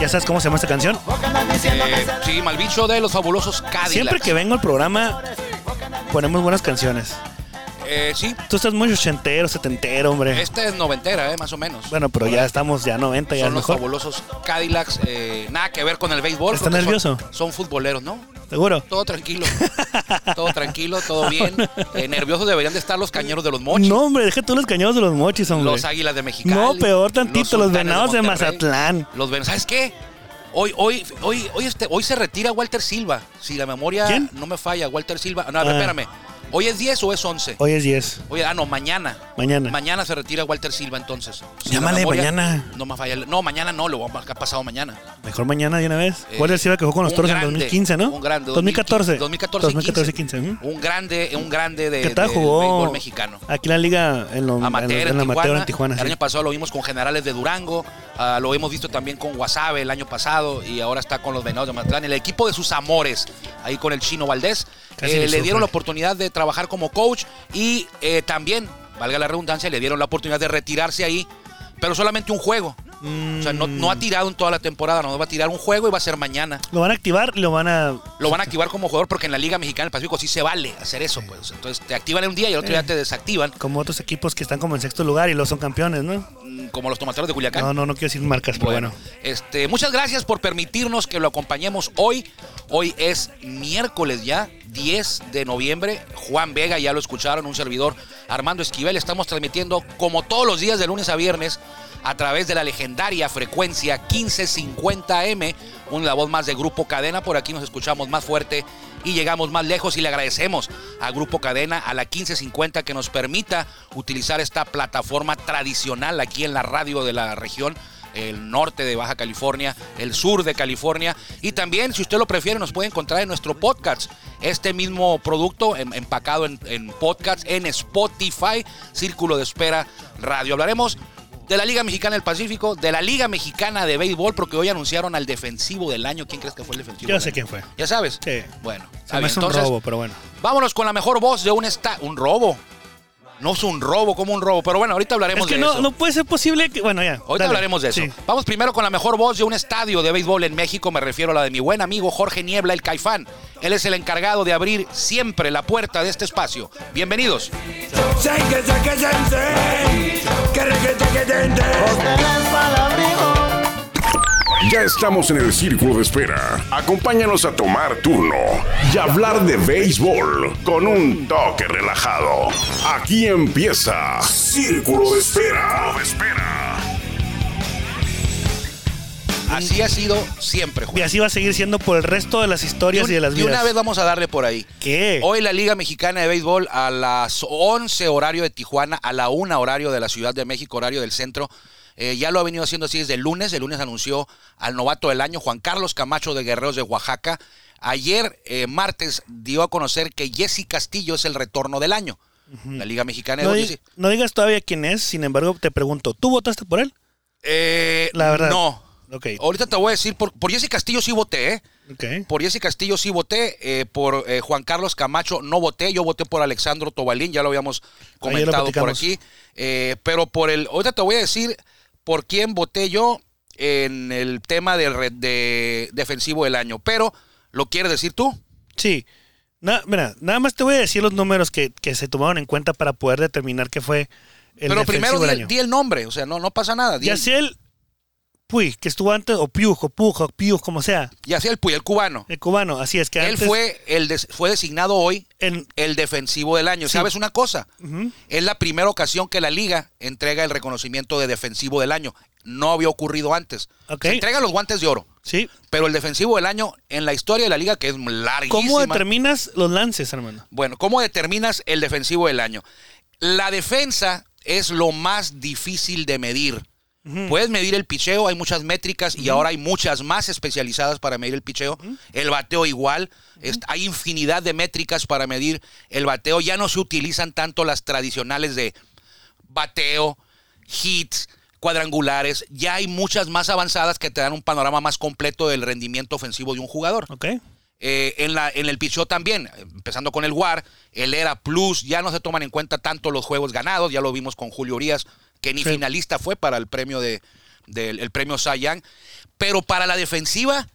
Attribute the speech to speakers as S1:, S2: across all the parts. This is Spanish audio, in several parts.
S1: ¿Ya sabes cómo se llama esta canción?
S2: Eh, sí, mal bicho de los fabulosos Cadillacs.
S1: Siempre que vengo al programa ponemos buenas canciones.
S2: Eh, sí,
S1: Tú estás muy ochentero, setentero, hombre.
S2: esta es noventera, eh, más o menos.
S1: Bueno, pero ya estamos ya 90, ya
S2: Son
S1: es
S2: los
S1: mejor.
S2: fabulosos Cadillacs. eh, nada que ver con el béisbol.
S1: ¿Está
S2: porque son-
S1: nervioso?
S2: Son, futboleros, ¿no?
S1: Seguro.
S2: Todo tranquilo. todo tranquilo, todo bien. Eh, nerviosos deberían de estar los cañeros de los mochis.
S1: No, hombre, deja tú los cañados de los mochis, hombre.
S2: Los águilas de Mexicali.
S1: No, peor tantito, los
S2: sultanes
S1: venados de
S2: Monterrey,
S1: Mazatlán.
S2: Los venados. ¿Sabes qué? Hoy, hoy, hoy, hoy, este, hoy se retira Walter Silva. Si la memoria
S1: ¿Quién?
S2: no me falla, Walter Silva. No, a ver,
S1: Ah.
S2: espérame. ¿Hoy es 10 o es 11?
S1: Hoy es 10,
S2: Oye, ah, no, mañana.
S1: mañana.
S2: Mañana se retira Walter Silva, entonces. Si
S1: Llámale
S2: la memoria
S1: mañana.
S2: No me falla. No, mañana no, lo voy a marcar pasado mañana.
S1: Mejor mañana de una vez.
S2: Eh,
S1: ¿Cuál es el que jugó con los
S2: un
S1: toros en
S2: grande,
S1: 2015, no?
S2: Un grande.
S1: 2014.
S2: 2014 y
S1: 2014 y
S2: 15.
S1: 15. ¿eh?
S2: Un grande, un grande de,
S1: ¿Qué tal
S2: del
S1: jugó?
S2: béisbol mexicano.
S1: Aquí en la liga, en, lo, en
S2: Amateur,
S1: lo- en
S2: en
S1: la amateur
S2: Tijuana.
S1: en Tijuana.
S2: el
S1: sí.
S2: año pasado lo vimos con Generales de Durango, ah, lo hemos visto también con Guasave el año pasado y ahora está con los Venados de Matlán, el equipo de sus amores, ahí con el Chino Valdés.
S1: Casi
S2: Eh,
S1: le
S2: le
S1: sufre.
S2: dieron la oportunidad de trabajar como coach y eh, también, valga la redundancia, le dieron la oportunidad de retirarse ahí, pero solamente un juego. O sea, no,
S1: Mm.
S2: no ha tirado en toda la temporada, no va a tirar un juego y va a ser mañana.
S1: Lo van a activar y lo van a.
S2: Lo van a activar como jugador porque en la Liga Mexicana del Pacífico sí se vale hacer eso, pues. Entonces te activan un día y el otro día te desactivan,
S1: Como otros equipos que están como en sexto lugar y los son campeones, ¿no?
S2: mm, como los tomateros de Culiacán.
S1: No, no, no quiero decir marcas, pero bueno.
S2: Bueno, este, muchas gracias por permitirnos que lo acompañemos hoy. Hoy es miércoles ya, 10 de noviembre. Juan Vega, ya lo escucharon, un servidor, Armando Esquivel. Estamos transmitiendo como todos los días de lunes a viernes a través de la legendaria frecuencia 1550M, una la voz más de Grupo Cadena. Por aquí nos escuchamos más fuerte y llegamos más lejos y le agradecemos a Grupo Cadena, a la 1550 que nos permita utilizar esta plataforma tradicional aquí en la radio de la región el norte de Baja California, el sur de California. Y también, si usted lo prefiere, nos puede encontrar en nuestro podcast. Este mismo producto em- empacado en, en podcast, en Spotify, Círculo de Espera Radio. Hablaremos de la Liga Mexicana del Pacífico, de la Liga Mexicana de Béisbol, porque hoy anunciaron al defensivo del año. ¿Quién crees que fue el defensivo?
S1: Yo
S2: del
S1: sé
S2: año?
S1: quién fue.
S2: ¿Ya sabes?
S1: Sí.
S2: Bueno,
S1: Se
S2: está
S1: me
S2: bien.
S1: hace un
S2: Entonces,
S1: robo, pero bueno.
S2: vámonos con la mejor voz de un está un robo. No es un robo, como un robo, pero bueno, ahorita hablaremos
S1: Es que
S2: de
S1: no,
S2: eso.
S1: no puede ser posible que. Bueno, ya.
S2: Ahorita
S1: dale.
S2: hablaremos de eso.
S1: Sí.
S2: Vamos primero con la mejor voz de un estadio de béisbol en México. Me refiero a la de mi buen amigo Jorge Niebla, el Caifán. Él es el encargado de abrir siempre la puerta de este espacio. Bienvenidos.
S3: Ya estamos en el círculo de espera. Acompáñanos a tomar turno y hablar de béisbol con un toque relajado. Aquí empieza Círculo de Espera.
S2: Así ha sido siempre,
S1: Y
S2: Juan.
S1: así va a seguir siendo por el resto de las historias y de las
S2: De
S1: vidas.
S2: una vez vamos a darle por ahí.
S1: ¿Qué?
S2: Hoy la Liga Mexicana de Béisbol a las 11 horario de Tijuana, a la 1 horario de la Ciudad de México, horario del centro. Eh, ya lo ha venido haciendo así desde el lunes. El lunes anunció al novato del año Juan Carlos Camacho de Guerreros de Oaxaca. Ayer, eh, martes, dio a conocer que Jesse Castillo es el retorno del año. La Liga Mexicana de
S1: no,
S2: Béisbol.
S1: di-
S2: Jesse-
S1: no digas todavía quién es, sin embargo, te pregunto, ¿tú votaste por él?
S2: Eh,
S1: La verdad.
S2: No.
S1: Ok.
S2: Ahorita te voy a decir, por, por Jesse Castillo sí voté, ¿eh?
S1: Ok.
S2: Por Jesse Castillo sí voté, eh, por eh, Juan Carlos Camacho no voté, yo voté por Alexandro Tobalín, ya lo habíamos
S1: lo
S2: comentado por
S1: platicamos.
S2: aquí. Eh, pero por el, ahorita te voy a decir por quién voté yo en el tema de, re- de defensivo del año, pero ¿lo quieres decir tú?
S1: Sí. Na- mira, nada más te voy a decir los números que, que se tomaron en cuenta para poder determinar qué fue el
S2: pero
S1: defensivo
S2: primero
S1: del
S2: di,
S1: año.
S2: di el nombre, o sea, no, no pasa nada. di el-
S1: Yaciel Puy, que estuvo antes, o Piujo, Pujo, Piuj, como sea,
S2: Yaciel Puy, el cubano.
S1: el cubano, así es que
S2: Él
S1: antes
S2: fue, el des- fue designado hoy
S1: en-
S2: el defensivo del año.
S1: Sí.
S2: ¿Sabes una cosa?
S1: Ujú.
S2: Es la primera ocasión que la liga entrega el reconocimiento de defensivo del año. No había ocurrido antes.
S1: Ok.
S2: Se entregan los guantes de oro,
S1: sí.
S2: pero el defensivo del año en la historia de la liga, que es larguísima.
S1: ¿Cómo determinas los lances, hermano?
S2: Bueno, ¿cómo determinas el defensivo del año? La defensa es lo más difícil de medir. Puedes medir el picheo, hay muchas métricas y ahora hay muchas más especializadas para medir el picheo. El bateo igual, es- hay infinidad de métricas para medir el bateo. Ya no se utilizan tanto las tradicionales de bateo, hits, cuadrangulares. Ya hay muchas más avanzadas que te dan un panorama más completo del rendimiento ofensivo de un jugador.
S1: Ok.
S2: Eh, en, la, en el picheo también, empezando con el WAR, el ERA Plus, ya no se toman en cuenta tanto los juegos ganados, ya lo vimos con Julio Urias, que ni
S1: Sí.
S2: finalista fue para el premio de del el premio Cy Young. Pero para la defensiva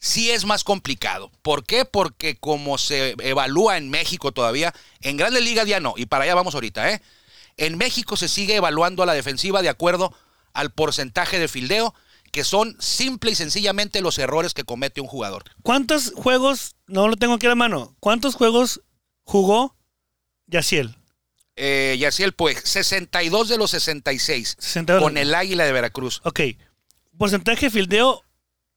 S2: sí es más complicado. ¿Por qué? Porque como se evalúa en México todavía, en grandes ligas ya no, y para allá vamos ahorita, ¿eh? En México se sigue evaluando a la defensiva de acuerdo al porcentaje de fildeo, que son simple y sencillamente los errores que comete un jugador.
S1: ¿Cuántos juegos, no lo tengo aquí a la mano, cuántos juegos jugó Yaciel?
S2: Eh, Yaciel Puig, 62 de los 66,
S1: 62.
S2: con el Águila de Veracruz.
S1: Ok. Porcentaje de fildeo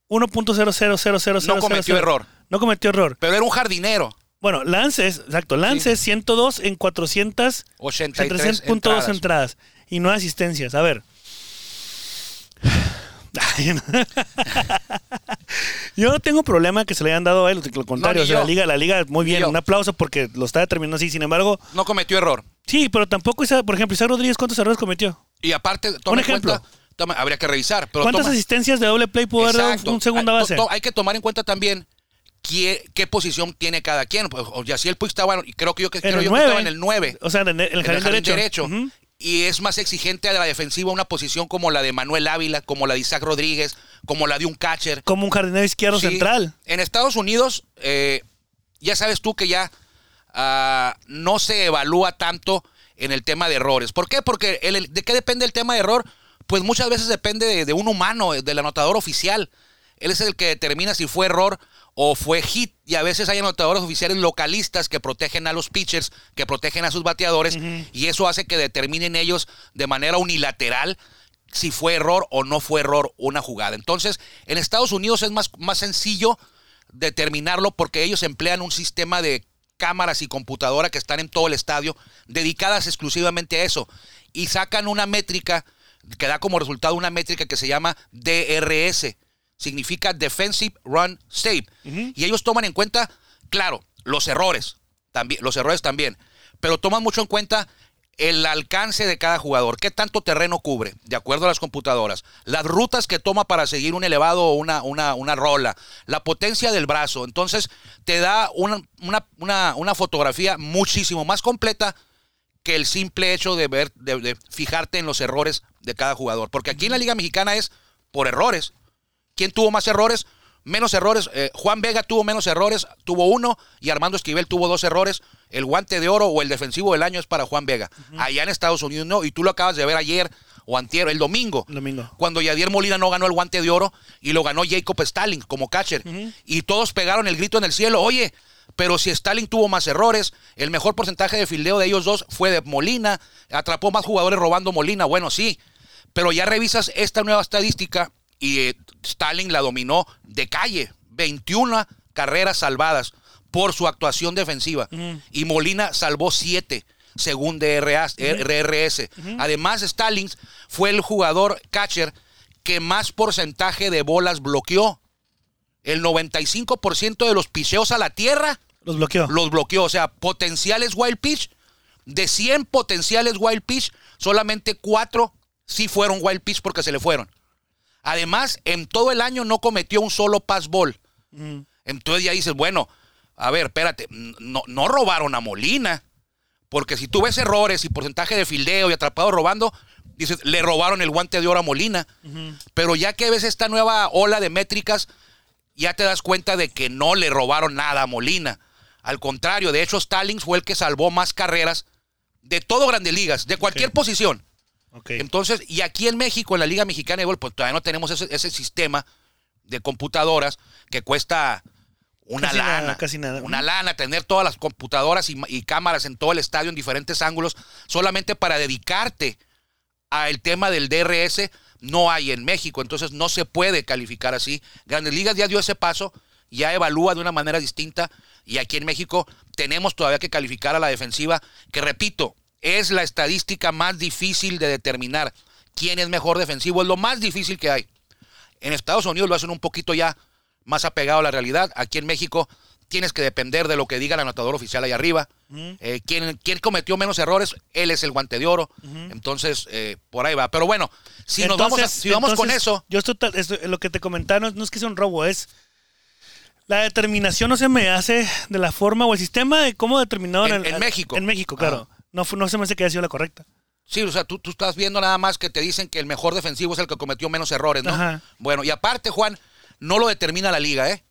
S1: 1.00000.
S2: No cometió error.
S1: No cometió error.
S2: Pero era un jardinero.
S1: Bueno, lances, exacto, lances 102 en 400
S2: 83
S1: 83.2 entradas.
S2: entradas.
S1: y no asistencias. A ver. Ay, no. yo no tengo problema que se le hayan dado a él, lo contrario,
S2: No, ni
S1: o sea, la
S2: yo.
S1: liga, la liga muy
S2: Ni
S1: bien,
S2: yo.
S1: un aplauso porque lo está determinando así. Sin embargo,
S2: No cometió error.
S1: sí, pero tampoco Isa- por ejemplo, Isaac Rodríguez cuántos errores cometió?
S2: Y aparte, toma
S1: Un
S2: en
S1: ejemplo.
S2: cuenta, toma- habría que revisar. Pero
S1: ¿Cuántas
S2: toma-
S1: asistencias de doble play pudo haber dado
S2: Exacto.
S1: un- un segunda
S2: Hay-
S1: base?
S2: to- to- Hay, que tomar en cuenta también qué, qué posición tiene cada quien. Pues, o Yaciel Puig estaba, y creo que yo que, creo yo que estaba en el 9,
S1: O sea, en el, en el
S2: en
S1: jardín derecho. Ujú.
S2: Y es más exigente a la defensiva una posición como la de Manuel Ávila, como la de Isaac Rodríguez, como la de un catcher.
S1: Como un jardinero izquierdo
S2: Sí.
S1: central.
S2: En Estados Unidos, eh, ya sabes tú que ya ah, no se evalúa tanto en el tema de errores. ¿Por qué? Porque el- el- ¿de qué depende el tema de error? Pues muchas veces depende de, de un humano, eh, del anotador oficial. Él es el que determina si fue error o fue hit. Y a veces hay anotadores oficiales localistas que protegen a los pitchers, que protegen a sus bateadores. Y eso hace que determinen ellos de manera unilateral si fue error o no fue error una jugada. Entonces, en Estados Unidos es más, más sencillo determinarlo porque ellos emplean un sistema de cámaras y computadora que están en todo el estadio dedicadas exclusivamente a eso y sacan una métrica que da como resultado una métrica que se llama DRS, significa Defensive Run Save. Y ellos toman en cuenta, claro, los errores, también, los errores también, pero toman mucho en cuenta el alcance de cada jugador, qué tanto terreno cubre, de acuerdo a las computadoras, las rutas que toma para seguir un elevado o una, una, una rola, la potencia del brazo. Entonces, te da una, una, una, una fotografía muchísimo más completa que el simple hecho de ver, de, de fijarte en los errores de cada jugador. Porque aquí en la Liga Mexicana es por errores. ¿Quién tuvo más errores? Menos errores. Eh, Juan Vega tuvo menos errores, tuvo uno, y Armando Esquivel tuvo dos errores. El guante de oro o el defensivo del año es para Juan Vega. Allá en Estados Unidos no, y tú lo acabas de ver ayer o antier, el domingo.
S1: Domingo.
S2: Cuando Yadier Molina no ganó el guante de oro y lo ganó Jacob Stalin como catcher. Y todos pegaron el grito en el cielo, oye, pero si Stalin tuvo más errores, el mejor porcentaje de fildeo de ellos dos fue de Molina, atrapó más jugadores robando Molina, bueno, sí, pero ya revisas esta nueva estadística y eh, Stalin la dominó de calle, 21 carreras salvadas por su actuación defensiva y Molina salvó 7 según DRA, RRS. Además, Stalin fue el jugador catcher que más porcentaje de bolas bloqueó. El 95% de los picheos a la tierra
S1: Los bloqueó.
S2: los bloqueó. O sea, potenciales wild pitch, de 100 potenciales wild pitch, solamente 4 sí fueron wild pitch porque se le fueron. Además, en todo el año no cometió un solo pass ball. Entonces ya dices, bueno, a ver, espérate, no, no robaron a Molina. Porque si tú ves errores y porcentaje de fildeo y atrapado robando, dices, le robaron el guante de oro a Molina. Pero ya que ves esta nueva ola de métricas, ya te das cuenta de que no le robaron nada a Molina. Al contrario, de hecho, Stallings fue el que salvó más carreras de todo Grandes Ligas, de cualquier
S1: Ok.
S2: posición.
S1: Ok.
S2: Entonces, y aquí en México, en la Liga Mexicana de Béisbol, pues todavía no tenemos ese, ese sistema de computadoras que cuesta una
S1: Casi
S2: lana.
S1: nada, casi nada.
S2: Una lana, tener todas las computadoras y, ma- y cámaras en todo el estadio en diferentes ángulos, solamente para dedicarte al tema del DRS, no hay en México. Entonces, no se puede calificar así. Grandes Ligas ya dio ese paso, ya evalúa de una manera distinta. Y aquí en México tenemos todavía que calificar a la defensiva, que repito, es la estadística más difícil de determinar. ¿Quién es mejor defensivo? Es lo más difícil que hay. En Estados Unidos lo hacen un poquito ya más apegado a la realidad. Aquí en México tienes que depender de lo que diga el anotador oficial ahí arriba. Eh, ¿quién, quién cometió menos errores? Él es el guante de oro. Entonces, eh, por ahí va. Pero bueno, si nos vamos, a-
S1: Entonces-
S2: si vamos con
S1: entonces,
S2: eso,
S1: Yo estoy tal- esto- lo que te comentaba no, es- no es que sea un robo, es la determinación no se me hace de la forma o el sistema de cómo determinaron
S2: En-
S1: el-
S2: en México. Ah.
S1: En México, claro. No, fu- no se me hace que haya sido la correcta.
S2: Sí, o sea, tú, tú estás viendo nada más que te dicen que el mejor defensivo es el que cometió menos errores, ¿no?
S1: Ajá.
S2: Bueno, y aparte, Juan, no lo determina la liga, ¿eh?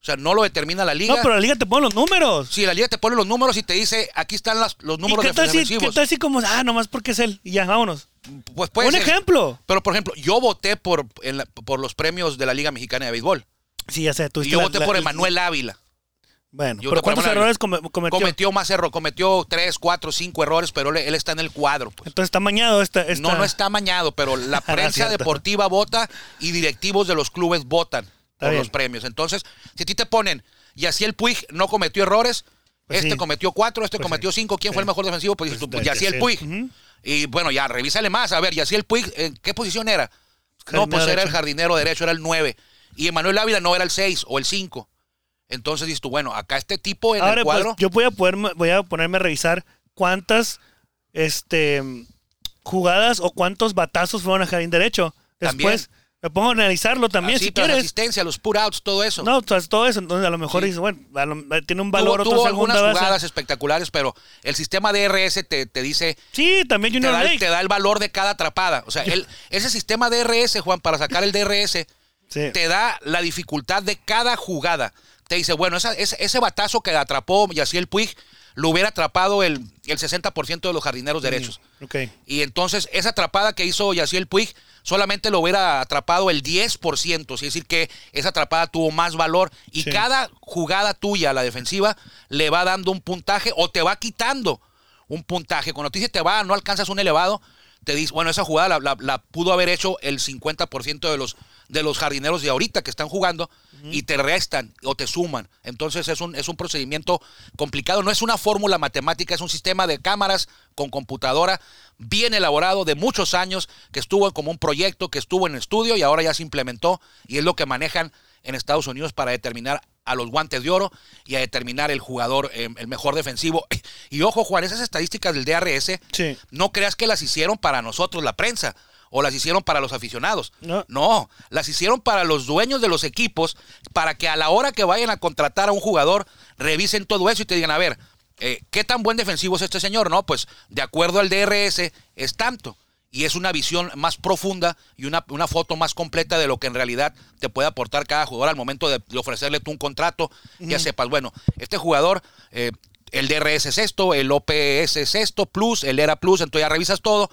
S2: O sea, no lo determina la liga.
S1: No, pero la liga te pone los números.
S2: Si la liga te pone los números y te dice, aquí están las- los números
S1: ¿Y qué
S2: de
S1: tal, si, qué
S2: defensivos.
S1: tal si como, ah, nomás porque es él? Y ya, vámonos.
S2: Pues puede
S1: Un
S2: ser.
S1: ejemplo.
S2: Pero, por ejemplo, yo voté por, en la- por los premios de la Liga Mexicana de Béisbol.
S1: Sí, ya sé. tú
S2: Y
S1: viste
S2: yo
S1: la-
S2: voté
S1: la-
S2: por Emanuel Ávila.
S1: Bueno, pero
S2: yo voté por
S1: ¿cuántos
S2: Emanuel
S1: errores
S2: Ávila.
S1: come- cometió?
S2: Cometió más errores, cometió tres, cuatro, cinco errores, pero él, él está en el cuadro. Pues.
S1: Entonces está mañado esta. esta-
S2: No, no está amañado, pero la
S1: No es
S2: prensa
S1: cierto.
S2: deportiva vota y directivos de los clubes votan por
S1: bien.
S2: los premios. Entonces, si a ti te ponen, y así el Puig no cometió errores,
S1: Pues
S2: este
S1: sí.
S2: cometió cuatro, este
S1: Pues
S2: cometió
S1: sí.
S2: cinco, ¿quién
S1: Sí.
S2: fue el mejor defensivo? Pues,
S1: Pues
S2: dices tú,
S1: de-
S2: pues, Yaciel
S1: Yaciel.
S2: Puig.
S1: Ujú.
S2: Y bueno, ya, revísale más. A ver, Yaciel Puig, ¿en qué posición era? no,
S1: Jardinero
S2: pues era el
S1: derecho.
S2: jardinero derecho, era el nueve. Y Emanuel Ávila no era el seis o el cinco. Entonces dices tú, bueno, acá este tipo en
S1: Ahora,
S2: el
S1: pues,
S2: cuadro...
S1: yo voy a, poder, voy a ponerme a revisar cuántas este, jugadas o cuántos batazos fueron a jardín derecho. Después me pongo a analizarlo también,
S2: Ah, así,
S1: si
S2: tras
S1: quieres.
S2: asistencia, los put outs, todo eso.
S1: No, tras todo eso, entonces a lo mejor
S2: Sí.
S1: dices, bueno, a lo- eh, tiene un
S2: tuvo,
S1: valor
S2: tuvo
S1: otra segunda
S2: algunas
S1: base.
S2: jugadas espectaculares, pero el sistema DRS te, te dice,
S1: Sí, también
S2: te
S1: Junior
S2: da, el,
S1: Lake.
S2: te da el valor de cada atrapada. O sea, el- ese sistema DRS, Juan, para sacar el DRS,
S1: Sí.
S2: te da la dificultad de cada jugada. Te dice, bueno, esa- ese, ese batazo que atrapó Yaciel Puig lo hubiera atrapado el, el 60% de los jardineros derechos.
S1: Ok.
S2: Y entonces esa atrapada que hizo Yaciel Puig solamente lo hubiera atrapado el 10%, es decir, que esa atrapada tuvo más valor y
S1: Sí.
S2: cada jugada tuya a la defensiva le va dando un puntaje o te va quitando un puntaje. Cuando te dice te va, no alcanzas un elevado, te dice, bueno, esa jugada la, la- la pudo haber hecho el 50% de los, de los jardineros de ahorita que están jugando y te restan o te suman. Entonces es un, es un procedimiento complicado, no es una fórmula matemática, es un sistema de cámaras con computadora bien elaborado de muchos años, que estuvo como un proyecto, que estuvo en estudio y ahora ya se implementó y es lo que manejan en Estados Unidos para determinar a los guantes de oro y a determinar el jugador, eh, el mejor defensivo. Y ojo, Juan, esas estadísticas del DRS,
S1: Sí.
S2: no creas que las hicieron para nosotros, la prensa, o las hicieron para los aficionados.
S1: No.
S2: No, las hicieron para los dueños de los equipos, para que a la hora que vayan a contratar a un jugador, revisen todo eso y te digan, a ver, eh, ¿qué tan buen defensivo es este señor? No, pues de acuerdo al DRS es tanto. Y es una visión más profunda y una, una foto más completa de lo que en realidad te puede aportar cada jugador al momento de, de ofrecerle tú un contrato. Ya sepas, bueno, este jugador eh, el DRS es esto, el OPS es esto, plus, el ERA plus, entonces ya revisas todo,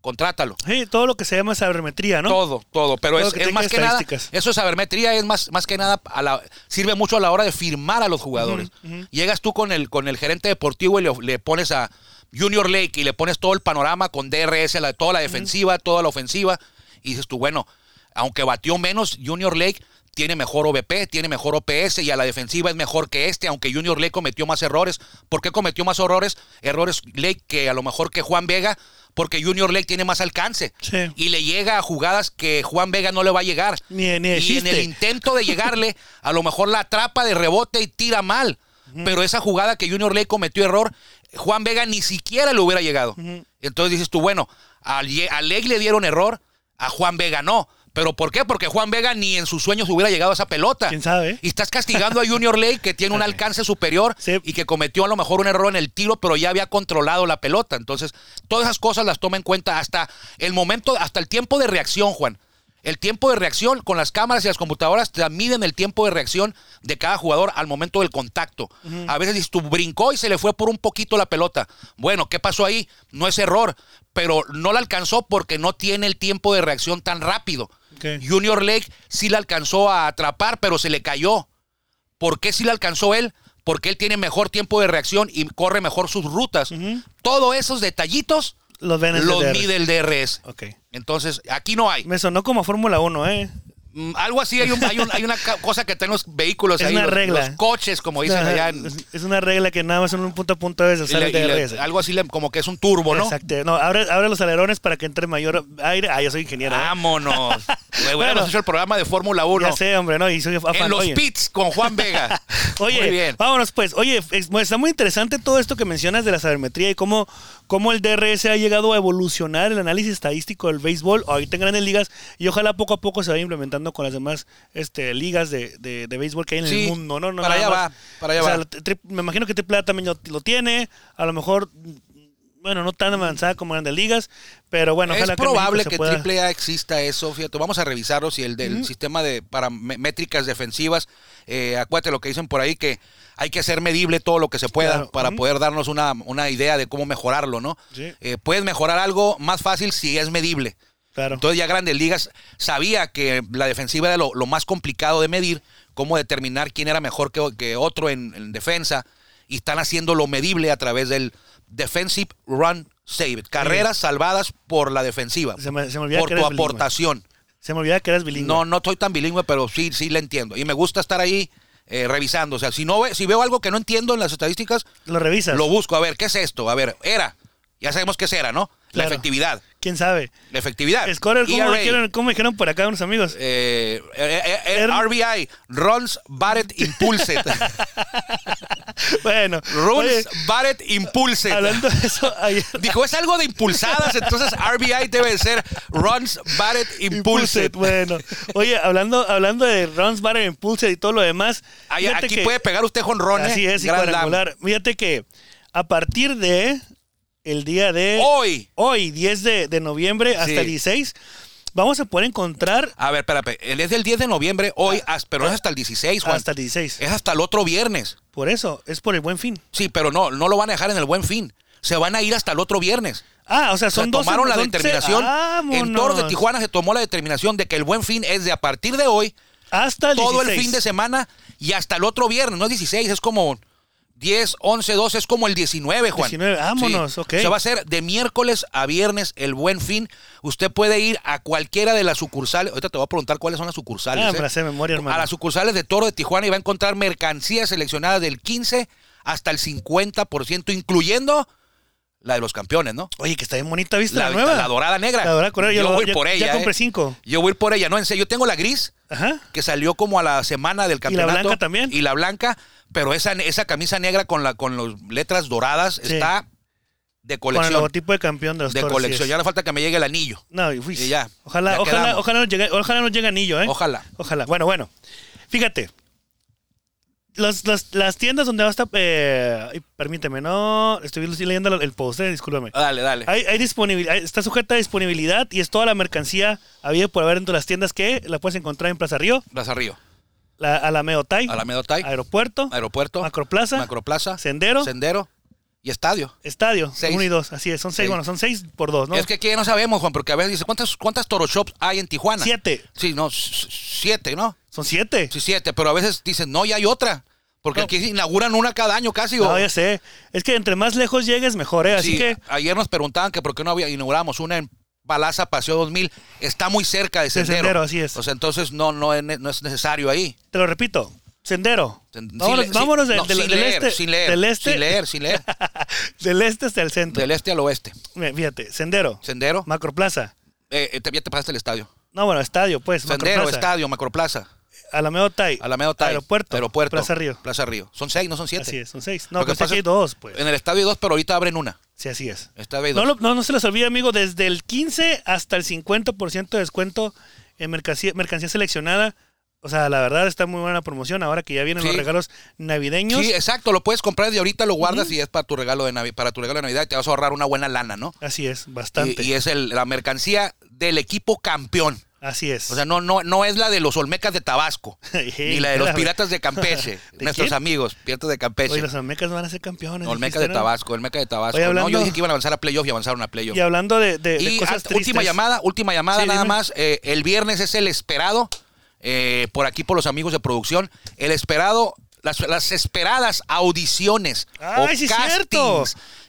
S2: contrátalo.
S1: Sí, todo lo que se llama sabermetría, ¿no?
S2: Todo, todo, pero
S1: Todo
S2: es,
S1: que
S2: es
S1: tenga
S2: más que nada,
S1: estadísticas.
S2: eso es sabermetría, es más, más que nada, a la- sirve mucho a la hora de firmar a los jugadores. Llegas tú con el, con el gerente deportivo y le, le pones a Junior Lake y le pones todo el panorama con DRS, la- toda la defensiva, toda la ofensiva, y dices tú, bueno, aunque batió menos, Junior Lake tiene mejor OBP, tiene mejor OPS y a la defensiva es mejor que este, aunque Junior Lake cometió más errores. ¿Por qué cometió más errores? Errores Lake que a lo mejor que Juan Vega, porque Junior Lake tiene más alcance
S1: Sí.
S2: y le llega a jugadas que Juan Vega no le va a llegar.
S1: Ni- ni
S2: y en
S1: existe.
S2: el intento de llegarle, a lo mejor la atrapa de rebote y tira mal. Pero esa jugada que Junior Ley cometió error, Juan Vega ni siquiera le hubiera llegado. Entonces dices tú, bueno, a Ye- a Ley le dieron error, a Juan Vega no. ¿Pero por qué? Porque Juan Vega ni en sus sueños hubiera llegado a esa pelota.
S1: ¿Quién sabe?
S2: Y estás castigando a Junior Ley, que tiene un alcance superior
S1: Sí.
S2: y que cometió a lo mejor un error en el tiro, pero ya había controlado la pelota. Entonces, todas esas cosas las toma en cuenta hasta el momento, hasta el tiempo de reacción, Juan. El tiempo de reacción con las cámaras y las computadoras te miden el tiempo de reacción de cada jugador al momento del contacto. A veces dices, tú brincó y se le fue por un poquito la pelota. Bueno, ¿qué pasó ahí? No es error, pero no la alcanzó porque no tiene el tiempo de reacción tan rápido.
S1: Ok.
S2: Junior Lake sí la alcanzó a atrapar, pero se le cayó. ¿Por qué si la alcanzó él? Porque él tiene mejor tiempo de reacción y corre mejor sus rutas. Todos esos detallitos
S1: Los ven en
S2: los
S1: el DR.
S2: mide el DRS.
S1: Ok.
S2: Entonces, aquí no hay.
S1: Me sonó como a Fórmula 1, ¿eh?
S2: Mm, Algo así, hay, un- hay un- hay una ca- cosa que tienen los vehículos
S1: Es
S2: ahí,
S1: una
S2: los,
S1: regla.
S2: los coches, como dicen
S1: Ajá,
S2: allá. en-
S1: es- Es una regla que nada más en un punto a punto debes
S2: y
S1: usar
S2: le-
S1: el
S2: y le-
S1: DRS.
S2: algo así, le- como que es un turbo, ¿no?
S1: Exacto. No, abre, abre los alerones para que entre mayor aire. Ah, yo soy ingeniero. ¿eh?
S2: Vámonos. Le hubiéramos
S1: Bueno.
S2: hecho el programa de Fórmula 1.
S1: Ya sé, hombre, ¿no? Y soy afán.
S2: En los
S1: Oye.
S2: pits con Juan Vega.
S1: Oye,
S2: Muy bien.
S1: vámonos pues. Oye, es- bueno, está muy interesante todo esto que mencionas de la sabermetría y cómo, cómo el DRS ha llegado a evolucionar el análisis estadístico del béisbol ahorita en grandes ligas y ojalá poco a poco se vaya implementando con las demás este, ligas de, de- de béisbol que hay en
S2: Sí,
S1: el mundo. ¿no? No
S2: para
S1: nada
S2: allá
S1: más.
S2: va, para allá
S1: O sea,
S2: va.
S1: la tri- tri- me imagino que AAA también lo, lo tiene, a lo mejor mm, bueno, no tan avanzada como Grandes Ligas, pero bueno,
S2: es
S1: ojalá que
S2: probable
S1: México se
S2: que,
S1: pueda-
S2: AAA exista eso, fíjate, vamos a revisarlo si el del sistema de para me- métricas defensivas, eh, acuérdate lo que dicen por ahí que hay que hacer medible todo lo que se pueda
S1: Claro,
S2: para
S1: ujú.
S2: poder darnos una, una idea de cómo mejorarlo, ¿no?
S1: Sí.
S2: Eh, puedes mejorar algo más fácil si es medible.
S1: Claro.
S2: Entonces ya Grandes Ligas sabía que la defensiva era lo, lo más complicado de medir, cómo determinar quién era mejor que, que otro en, en defensa, y están haciendo lo medible a través del Defensive Run Saved, carreras salvadas por la defensiva,
S1: Se me- se me olvida
S2: por
S1: que
S2: tu
S1: eres bilingüe.
S2: aportación.
S1: se me olvidaba que eras bilingüe.
S2: No, no estoy tan bilingüe, pero sí, sí la entiendo. Y me gusta estar ahí eh, revisando. O sea, si, no, ve- si veo algo que no entiendo en las estadísticas,
S1: Lo revisas.
S2: lo busco. A ver, ¿qué es esto? A ver, era. Ya sabemos qué es era, ¿no? La
S1: Claro.
S2: efectividad.
S1: ¿Quién sabe?
S2: La efectividad.
S1: Scorer, ¿cómo,
S2: ERA.
S1: dijeron, cómo dijeron por acá unos amigos?
S2: E Eh, eh, eh, eh,
S1: Er-
S2: RBI, Runs Barrett Impulset.
S1: Bueno.
S2: Runs
S1: oye,
S2: Barrett Impulset.
S1: hablando de eso, ayer...
S2: Dijo, es algo de impulsadas, entonces RBI debe ser Runs Barrett Impulset.
S1: Bueno, oye, hablando, hablando de runs, batter, impulse y todo lo demás.
S2: Ay,
S1: fíjate
S2: aquí
S1: que-
S2: puede pegar usted jonrones.
S1: Así es, y
S2: Grand Slam.
S1: cuadrangular. Fíjate que a partir de el día de
S2: Hoy.
S1: hoy 10 de, de noviembre hasta
S2: Sí. Ah,
S1: el 16, vamos a poder encontrar
S2: A ver, espérate, él es del 10 de noviembre, hoy, as- pero es hasta el 16, pues, Juan.
S1: Ah.
S2: Eh.
S1: hasta el 16.
S2: Es hasta el otro viernes.
S1: Por eso, es por el buen fin.
S2: Sí, pero no, no lo van a dejar en el buen fin. Se van a ir hasta el otro viernes.
S1: Ah, o sea,
S2: Se
S1: son dos.
S2: tomaron la
S1: son-
S2: determinación. En Toros de
S1: ¡Vámonos!
S2: Tijuana se tomó la determinación de que el buen fin es de a partir de hoy
S1: Hasta el
S2: todo
S1: 16.
S2: el fin de semana y hasta el otro viernes, no es 16, es como 10, 11, 12, es como el 19, Juan.
S1: 19, vámonos, ok.
S2: O sea, va a ser de miércoles a viernes el buen fin. Usted puede ir a cualquiera de las sucursales, ahorita te voy a preguntar cuáles son las sucursales.
S1: Ah,
S2: ¿eh?
S1: me la sé de memoria, hermano.
S2: A las sucursales de Toro de Tijuana y va a encontrar mercancías seleccionadas del 15 hasta el 50%, incluyendo la de los campeones, ¿no?
S1: Oye, que está bien bonita, ¿viste? La,
S2: La,
S1: nueva.
S2: la dorada negra.
S1: La dorada color, yo,
S2: Yo
S1: lo-
S2: voy
S1: ya-
S2: por ella.
S1: Ya
S2: ¿eh?
S1: compré cinco.
S2: Yo voy por ella, no, en serio. Yo tengo la gris
S1: Ajá.
S2: que salió como a la semana del
S1: la
S2: campeonato.
S1: blanca también.
S2: Y la blanca, pero esa, esa camisa negra con la con las letras doradas
S1: Sí.
S2: está de
S1: Con el
S2: colección.
S1: logotipo de campeón de los
S2: De
S1: Toros,
S2: colección.
S1: sí
S2: Ya le falta que me llegue el anillo.
S1: es. No, y uy,
S2: Y ya,
S1: Ojalá,
S2: ya
S1: ojalá,
S2: quedamos.
S1: ojalá nos llegue, ojalá nos llegue anillo, ¿eh?
S2: Ojalá.
S1: Ojalá. Bueno, bueno. Fíjate. Las, las, las tiendas donde va a estar. eh, ay, permíteme, no. Estoy leyendo el post, eh, discúlpame.
S2: Dale, dale.
S1: Hay, hay disponibilidad, está sujeta a disponibilidad y es toda la mercancía habida por haber dentro de las tiendas que la puedes encontrar en Plaza Río,
S2: Plaza Río.
S1: la Alameo Tai,
S2: Alameda Tai,
S1: Aeropuerto,
S2: Aeropuerto.
S1: Macroplaza,
S2: Macroplaza.
S1: Sendero.
S2: Sendero. Y estadio.
S1: Estadio,
S2: Seis.
S1: 1 y 2, así es, son 6,
S2: Seis.
S1: bueno, son 6 por 2, ¿no?
S2: Es que aquí no sabemos, Juan, porque a veces dice, ¿cuántas, cuántas toro shops hay en Tijuana?
S1: 7,
S2: Sí, no, s- siete, ¿no?
S1: son 7.
S2: Sí, siete, pero a veces dicen, no, ya hay otra. Porque
S1: No.
S2: aquí inauguran una cada año casi. o-
S1: No, ya sé, es que entre más lejos llegues mejor, ¿eh? Así
S2: Sí,
S1: que
S2: ayer nos preguntaban que por qué no había inauguramos una en Palaza Paseo 2000. Está muy cerca de Sendero.
S1: Sendero, así es.
S2: O sea, entonces no, no, es, ne- no es necesario ahí.
S1: te lo repito, sendero.
S2: Sen- sin
S1: Vámonos,
S2: le-
S1: vámonos
S2: sin-
S1: de-
S2: no,
S1: del,
S2: sin
S1: del
S2: leer,
S1: este,
S2: sin leer,
S1: del este,
S2: sin leer, sin leer.
S1: del este hasta el centro.
S2: Del este al oeste.
S1: Mira, Fíjate, sendero,
S2: Sendero.
S1: Macroplaza.
S2: Eh, eh, te- ya te pasaste el estadio.
S1: No, bueno, estadio, pues.
S2: Sendero,
S1: Macroplaza.
S2: estadio, Macroplaza,
S1: Alameo Tai.
S2: Alameda Tai,
S1: Aeropuerto.
S2: Aeropuerto,
S1: Plaza Río.
S2: Plaza Río. Son seis, no son siete.
S1: Así es, son seis. No,
S2: Lo que
S1: pensé
S2: pasa-
S1: que hay dos, pues.
S2: En el estadio hay dos, pero ahorita abren una.
S1: Sí, así es.
S2: Estadio hay
S1: No,
S2: dos.
S1: lo- no, no se les olvide, amigo, desde el 15 hasta el 50% de descuento en mercancía, mercancía seleccionada. O sea, la verdad está muy buena la promoción ahora que ya vienen
S2: Sí.
S1: los regalos navideños.
S2: Sí, exacto, lo puedes comprar de ahorita, lo guardas y es para tu regalo de Navidad, para tu regalo de Navidad y te vas a ahorrar una buena lana, ¿no?
S1: Así es, bastante.
S2: Y, y es el- la mercancía del equipo campeón.
S1: así es.
S2: O sea, no, no, no es la de los Olmecas de Tabasco, ni la de los
S1: Espérame.
S2: Piratas de Campeche,
S1: ¿De
S2: nuestros
S1: quién?
S2: amigos, Piratas de Campeche.
S1: Oye, los Olmecas van a ser campeones.
S2: Olmeca
S1: dijiste,
S2: de
S1: ¿no?
S2: Tabasco, Olmeca de Tabasco.
S1: Oye,
S2: no, yo
S1: hablando-
S2: dije que iban a avanzar a playoff y avanzaron a playoff.
S1: Y hablando de, de- de
S2: Y
S1: cosas
S2: hasta-
S1: tristes.
S2: última llamada, última llamada
S1: Sí,
S2: nada
S1: dime.
S2: más. Eh, el viernes es el esperado, eh, por aquí por los amigos de producción, el esperado, las, las esperadas audiciones
S1: Ay,
S2: o
S1: sí,
S2: castings,
S1: cierto.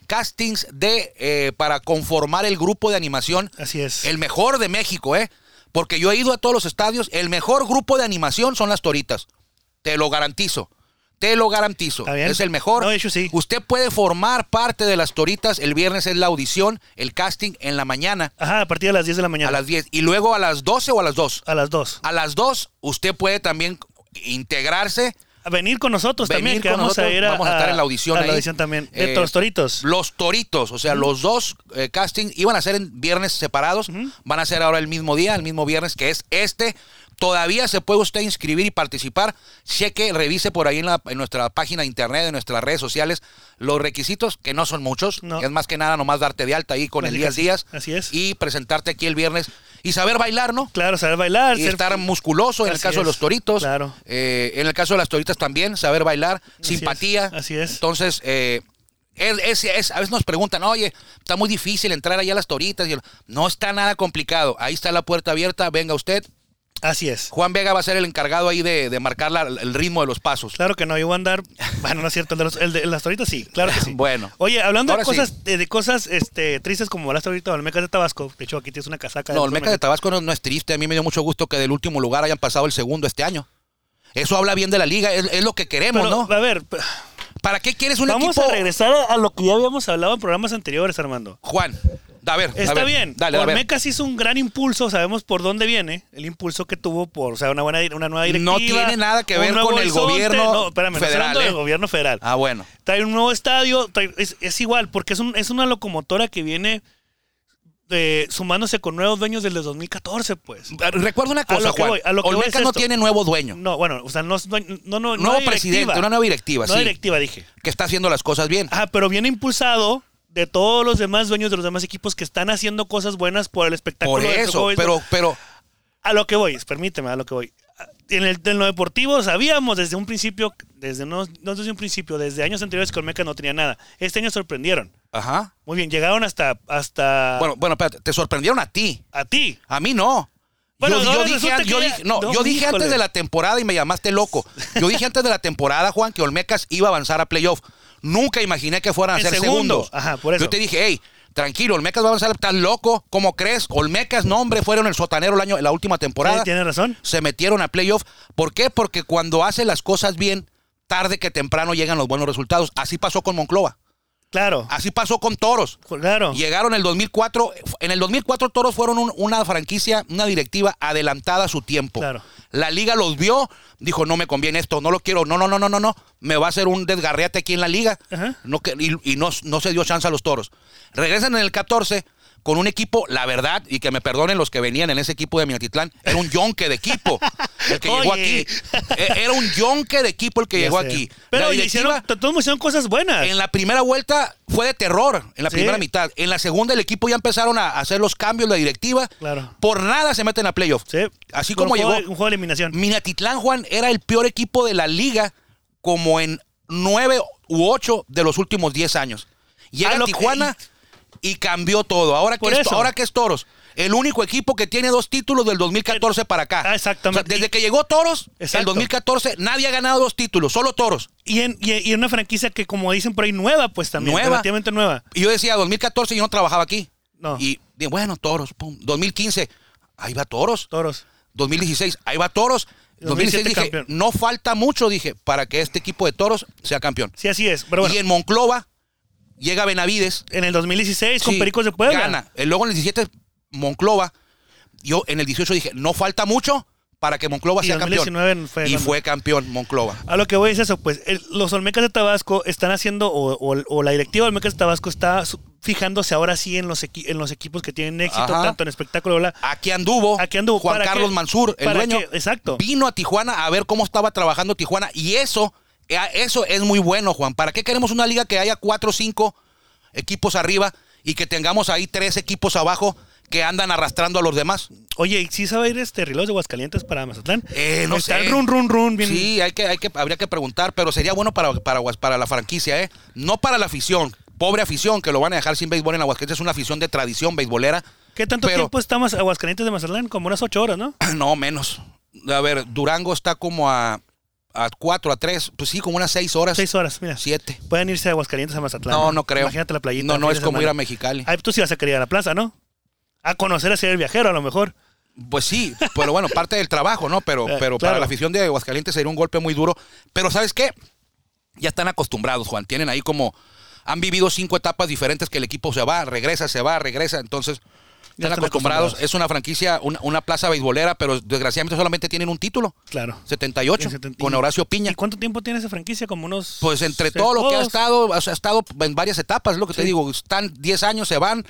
S2: castings de eh, para conformar el grupo de animación,
S1: Así es.
S2: el mejor de México, ¿eh? Porque yo he ido a todos los estadios, el mejor grupo de animación son las Toritas, te lo garantizo. Te lo garantizo.
S1: Está bien.
S2: Es el mejor.
S1: No, de hecho, sí.
S2: Usted puede formar parte de las Toritas. El viernes es la audición, el casting en la mañana
S1: Ajá, a partir de las 10 de la mañana. Ah.
S2: a las 10 y luego a las 12 o a las 2.
S1: A las 2.
S2: A las 2 usted puede también integrarse.
S1: A venir con nosotros
S2: Venir
S1: también, que
S2: con
S1: vamos a
S2: nosotros,
S1: ir a,
S2: vamos a estar en la audición
S1: a la
S2: ahí.
S1: audición también. De
S2: Eh,
S1: los toritos.
S2: Los Toritos, o sea, los dos eh, castings iban a ser en viernes separados, van a ser ahora el mismo día, el mismo viernes que es este Todavía se puede usted inscribir y participar. Cheque, revise por ahí en, la- en nuestra página de internet, en nuestras redes sociales, los requisitos, que no son muchos.
S1: No.
S2: Es más que nada nomás darte de alta ahí con
S1: Así
S2: Elías
S1: es,
S2: Díaz.
S1: así es.
S2: Y presentarte aquí el viernes y saber bailar, ¿no?
S1: Claro, saber bailar,
S2: Y
S1: ser-
S2: estar musculoso en el
S1: Así
S2: caso de
S1: es,
S2: los toritos.
S1: claro.
S2: Eh, en el caso de las toritas también, saber bailar,
S1: Así es,
S2: simpatía.
S1: así es.
S2: Entonces, eh, es- es- es- a veces nos preguntan, oye, está muy difícil entrar allá a las toritas. Y el- no está nada complicado. Ahí está la puerta abierta, venga usted.
S1: Así es.
S2: Juan Vega va a ser el encargado ahí de, de marcar la- el ritmo de los pasos.
S1: Claro que no, yo voy a andar. Bueno, no es cierto, el de, los- el de las toritas sí, claro que sí.
S2: Bueno.
S1: Oye, hablando
S2: Ahora
S1: de
S2: sí.
S1: cosas, eh, de cosas este, tristes como las toritas de Olmecas de Tabasco, de hecho aquí tienes una casaca.
S2: No,
S1: de
S2: el Meca de Tabasco no, no es triste. A mí me dio mucho gusto que del último lugar hayan pasado el segundo este año. Eso habla bien de la liga, es, es lo que queremos,
S1: Pero,
S2: ¿no?
S1: A ver, p-
S2: ¿Para qué quieres un
S1: vamos
S2: equipo?
S1: a regresar a, a lo que ya habíamos hablado en programas anteriores, Armando.
S2: Juan, a ver. a
S1: Está
S2: ver,
S1: bien,
S2: Dale, a ver.
S1: Olmecas hizo un gran impulso, sabemos por dónde viene, el impulso que tuvo por, o sea, una buena di- una nueva directiva.
S2: No tiene nada que
S1: un
S2: ver
S1: nuevo
S2: con el gobierno
S1: No, espérame, no estoy
S2: federal,
S1: hablando
S2: ¿eh?
S1: del gobierno federal.
S2: Ah, bueno.
S1: trae un nuevo estadio, trae- es, es igual, porque es, un- es una locomotora que viene eh, sumándose con nuevos dueños desde el 2014, pues.
S2: Recuerda una
S1: A
S2: cosa,
S1: lo que
S2: Juan.
S1: voy, a lo que voy
S2: Olmecas
S1: es
S2: no
S1: esto.
S2: tiene nuevo dueño.
S1: No, bueno, o sea, no, es dueño- no, no,
S2: nuevo
S1: no
S2: presidente, una nueva directiva,
S1: No
S2: sí.
S1: directiva, dije.
S2: Que está haciendo las cosas bien.
S1: Ah, pero viene impulsado de todos los demás dueños de los demás equipos que están haciendo cosas buenas por el espectáculo.
S2: Por
S1: del
S2: eso,
S1: fútbol.
S2: pero, pero
S1: A lo que voy, es- permíteme, a lo que voy. En, el, en lo deportivo sabíamos desde un principio, desde no, no desde un principio, desde años anteriores que Olmeca no tenía nada. Este año sorprendieron.
S2: ajá.
S1: Muy bien, llegaron hasta, hasta
S2: Bueno, bueno, espérate, te sorprendieron a ti.
S1: a ti.
S2: A mí no.
S1: Bueno,
S2: yo, yo
S1: ahora
S2: dije,
S1: resulta
S2: an-
S1: que
S2: yo
S1: ya-
S2: dije- no,
S1: no,
S2: yo dije antes
S1: híjole.
S2: de la temporada y me llamaste loco. Yo dije antes de la temporada, Juan, que Olmecas iba a avanzar a playoff. Nunca imaginé que fueran a
S1: El
S2: ser
S1: segundo.
S2: segundos.
S1: Ajá, por eso.
S2: Yo te dije, hey, tranquilo, Olmecas va a avanzar tan loco. ¿Cómo crees? Olmecas, no, hombre, fueron el sotanero el año, la última temporada.
S1: Sí, tienes razón.
S2: se metieron a playoff. ¿Por qué? Porque cuando hace las cosas bien, tarde que temprano llegan los buenos resultados. Así pasó con Monclova.
S1: Claro,
S2: Así pasó con Toros.
S1: claro.
S2: Llegaron en el 2004. En el 2004 Toros fueron un- una franquicia, una directiva adelantada a su tiempo.
S1: Claro.
S2: La liga los vio, dijo, no me conviene esto, no lo quiero, no, no, no, no, no, no, me va a hacer un desgarreate aquí en la liga.
S1: Ajá.
S2: No, que- y y no, no se dio chance a los Toros. Regresan en el 14 con un equipo, la verdad, y que me perdonen los que venían en ese equipo de Minatitlán, era un yonque de equipo el que llegó
S1: Oye.
S2: aquí. E- Era un yonque de equipo el que
S1: Ya
S2: este llegó
S1: sé.
S2: aquí.
S1: Pero
S2: La
S1: oye,
S2: directiva-
S1: hicieron, to- todos hicieron cosas buenas.
S2: en la primera vuelta fue de terror, en la
S1: Sí.
S2: primera mitad. En la segunda el equipo ya empezaron a hacer los cambios, la directiva.
S1: Claro.
S2: Por nada se meten a playoff.
S1: Sí.
S2: Así
S1: Con
S2: como
S1: un juego
S2: llegó. Mm.
S1: de- un juego de eliminación.
S2: Minatitlán, Juan, era el peor equipo de la liga como en nueve u ocho de los últimos diez años.
S1: A
S2: Llega
S1: lo que-
S2: Tijuana y cambió todo. Ahora que,
S1: Ah, Por
S2: es,
S1: eso.
S2: ahora que es Toros, el único equipo que tiene dos títulos del 2014 para acá.
S1: Ah, exactamente.
S2: O sea, desde que llegó Toros, el
S1: Exacto.
S2: 2014, nadie ha ganado dos títulos, solo Toros.
S1: Y en, y, y en una franquicia que, como dicen por ahí, nueva, pues también.
S2: Nueva.
S1: Relativamente nueva.
S2: Y yo decía, 2014 yo no trabajaba aquí.
S1: No.
S2: Y dije, bueno, toros, pum. 2015, ahí va toros.
S1: Toros.
S2: 2016, ahí va toros. 2016
S1: 2017
S2: dije,
S1: campeón.
S2: no falta mucho, dije, para que este equipo de toros sea campeón.
S1: Sí, así es. Pero bueno,
S2: Y
S1: en,
S2: en Monclova llega Benavides.
S1: el 2016 con
S2: Sí,
S1: Pericos de Puebla.
S2: Gana. Eh, Luego en el 17, Monclova. Yo en el 18 dije, no falta mucho para que Monclova
S1: Y
S2: sea
S1: 2019
S2: campeón.
S1: fue
S2: y
S1: cuando-
S2: fue campeón Monclova.
S1: A lo que voy es eso, pues el- los Olmecas de Tabasco están haciendo, o, o- o la directiva de Olmecas de Tabasco está su- fijándose ahora sí en los, equi- en los equipos que tienen éxito,
S2: Ajá.
S1: tanto en espectáculo, bla,
S2: Aquí anduvo,
S1: Aquí anduvo,
S2: Juan
S1: ¿para
S2: Carlos
S1: qué?
S2: Mansur, el
S1: ¿Para
S2: dueño.
S1: qué? Exacto.
S2: Vino a Tijuana a ver cómo estaba trabajando Tijuana. Y eso, eh, eso es muy bueno, Juan. ¿Para qué queremos una liga que haya cuatro o cinco equipos arriba y que tengamos ahí tres equipos abajo que andan arrastrando a los demás?
S1: Oye, ¿y sí sabe ir este Rilos de Aguascalientes para Mazatlán? Este,
S2: Eh, no
S1: Está
S2: sé.
S1: el run, run, run. Bien.
S2: Sí, hay que, hay que, habría que preguntar, pero sería bueno para, para, Aguas- para la franquicia, ¿eh? No para la afición. Pobre afición que lo van a dejar sin béisbol en Aguascalientes. Es una afición de tradición beisbolera.
S1: ¿Qué tanto
S2: pero-
S1: tiempo está Maz- Aguascalientes de Mazatlán? Como unas ocho horas, ¿no?
S2: No, menos. A ver, Durango está como a, a 4, a 3, pues sí, como unas 6 horas.
S1: Seis horas, mira.
S2: 7.
S1: Pueden irse de Aguascalientes a Mazatlán.
S2: No, no creo.
S1: Imagínate la playita.
S2: No, no
S1: fin
S2: es
S1: de
S2: como
S1: semana.
S2: ir a Mexicali.
S1: Ah, tú sí vas a querer ir a la plaza, ¿no? A conocer a ser el viajero, a lo mejor.
S2: Pues sí, pero bueno, parte del trabajo, ¿no? Pero,
S1: Eh,
S2: pero para
S1: claro.
S2: la afición de Aguascalientes sería un golpe muy duro. Pero ¿sabes qué? Ya están acostumbrados, Juan. Tienen ahí como. Han vivido cinco etapas diferentes que el equipo se va, regresa, se va, regresa. Entonces,
S1: Ya
S2: están,
S1: están
S2: acostumbrados.
S1: acostumbrados.
S2: Es una franquicia, una, una plaza beisbolera, pero desgraciadamente solamente tienen un título.
S1: Claro.
S2: 78,
S1: Tienen setenta-
S2: con Horacio Piña.
S1: ¿Y cuánto tiempo tiene esa franquicia? Como unos.
S2: Pues entre
S1: seis-
S2: todo lo que ha
S1: todos.
S2: estado, o sea, ha estado en varias etapas, es lo que te digo, están 10 años, se van,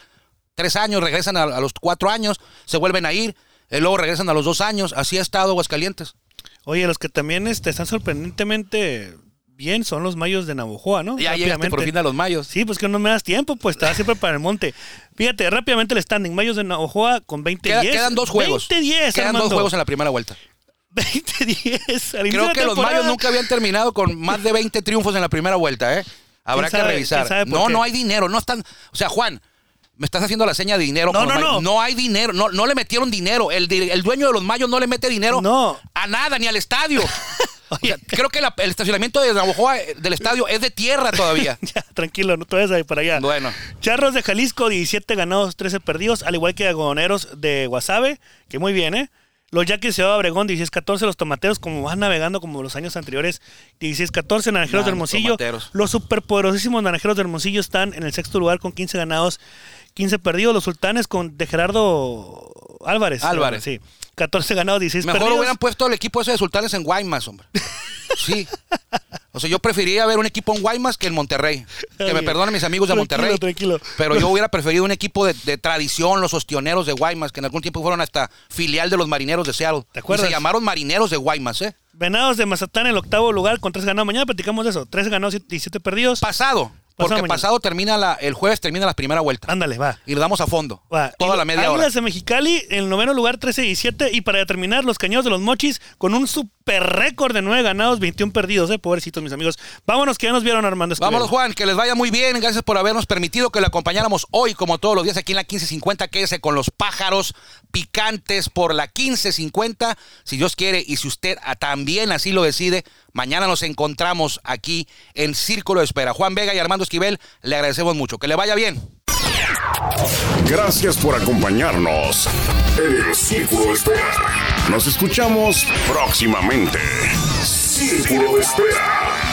S2: 3 años, regresan a, a los 4 años, se vuelven a ir. Y luego regresan a los dos años. Así ha estado Aguascalientes.
S1: Oye, los que también este, están sorprendentemente bien son los mayos de Navojoa, ¿no?
S2: Ya llegaste por
S1: Rápidamente.
S2: fin a los mayos.
S1: Sí, pues que no me das tiempo, pues estaba siempre para el monte. Fíjate, rápidamente el standing. Mayos de Navojoa con 20
S2: Queda-
S1: 10.
S2: quedan dos juegos.
S1: 20 10,
S2: Quedan dos
S1: Armando.
S2: juegos en la primera vuelta.
S1: 20 10. al inicio
S2: Creo
S1: de
S2: que los
S1: temporada.
S2: mayos nunca habían terminado con más de 20 triunfos en la primera vuelta, ¿eh? Habrá
S1: ¿Quién sabe-
S2: que revisar.
S1: quién sabe por
S2: no,
S1: qué?
S2: no hay dinero, no están. O sea, Juan, me estás haciendo la seña de dinero.
S1: No,
S2: con los
S1: no,
S2: Mayos.
S1: no.
S2: hay dinero, no, no le metieron dinero. El, di- el dueño de los mayos no le mete dinero
S1: No.
S2: a nada, ni al estadio. O sea, creo que la- el estacionamiento de Navajoa eh, del estadio es de tierra todavía.
S1: Ya, tranquilo, no te vayas ahí para allá.
S2: Bueno.
S1: Charros de Jalisco, 17 ganados, 13 perdidos, al igual que Agoneros de Guasave, que muy bien, ¿eh? Los Yaquis de Ciudad Obregón, 16-14. Los Tomateros, como van navegando como los años anteriores, 16-14. Naranjeros
S2: Nah,
S1: de
S2: los
S1: Hermosillo.
S2: Tomateros.
S1: Los superpoderosísimos Naranjeros de Hermosillo están en el sexto lugar con 15 ganados, 15 perdidos. Los Sultanes con de Gerardo Álvarez.
S2: Álvarez.
S1: Sí. 14 ganados, 16
S2: Mejor
S1: perdidos.
S2: hubieran puesto el equipo ese de Sultanes en Guaymas, hombre. Sí. O sea, yo preferiría ver un equipo en Guaymas que en Monterrey. Que me
S1: Ay,
S2: perdonen mis amigos de
S1: tranquilo,
S2: Monterrey.
S1: tranquilo.
S2: Pero yo hubiera preferido un equipo de, de tradición, los ostioneros de Guaymas, que en algún tiempo fueron hasta filial de los marineros de Seattle.
S1: ¿Te acuerdas?
S2: Y se llamaron marineros de Guaymas, ¿eh?
S1: Venados de Mazatán en el octavo lugar con 3 ganados. Mañana platicamos de eso. 13 ganados, 17 perdidos.
S2: Pasado. Porque
S1: mañana.
S2: pasado termina la, el jueves termina la primera vuelta.
S1: Ándale, va.
S2: Y le damos a fondo.
S1: Ah. Va.
S2: Toda
S1: Y
S2: la media hora.
S1: Águilas de Mexicali en el noveno lugar 13 y 7 y para terminar los cañeros de los Mochis con un super récord de 9 ganados, 21 perdidos, eh, pobrecitos mis amigos. Vámonos que ya nos vieron Armando Esquivel.
S2: Vámonos, Juan, que les vaya muy bien. Gracias por habernos permitido que lo acompañáramos hoy, como todos los días, aquí en la 1550. Quédese con los pájaros picantes por la 1550, si Dios quiere, y si usted ah, también así lo decide, mañana nos encontramos aquí en Círculo de Espera. Juan Vega y Armando Esquivel, le agradecemos mucho. Que le vaya bien.
S3: Gracias por acompañarnos en el Círculo de Espera. Nos escuchamos próximamente. Círculo de Espera.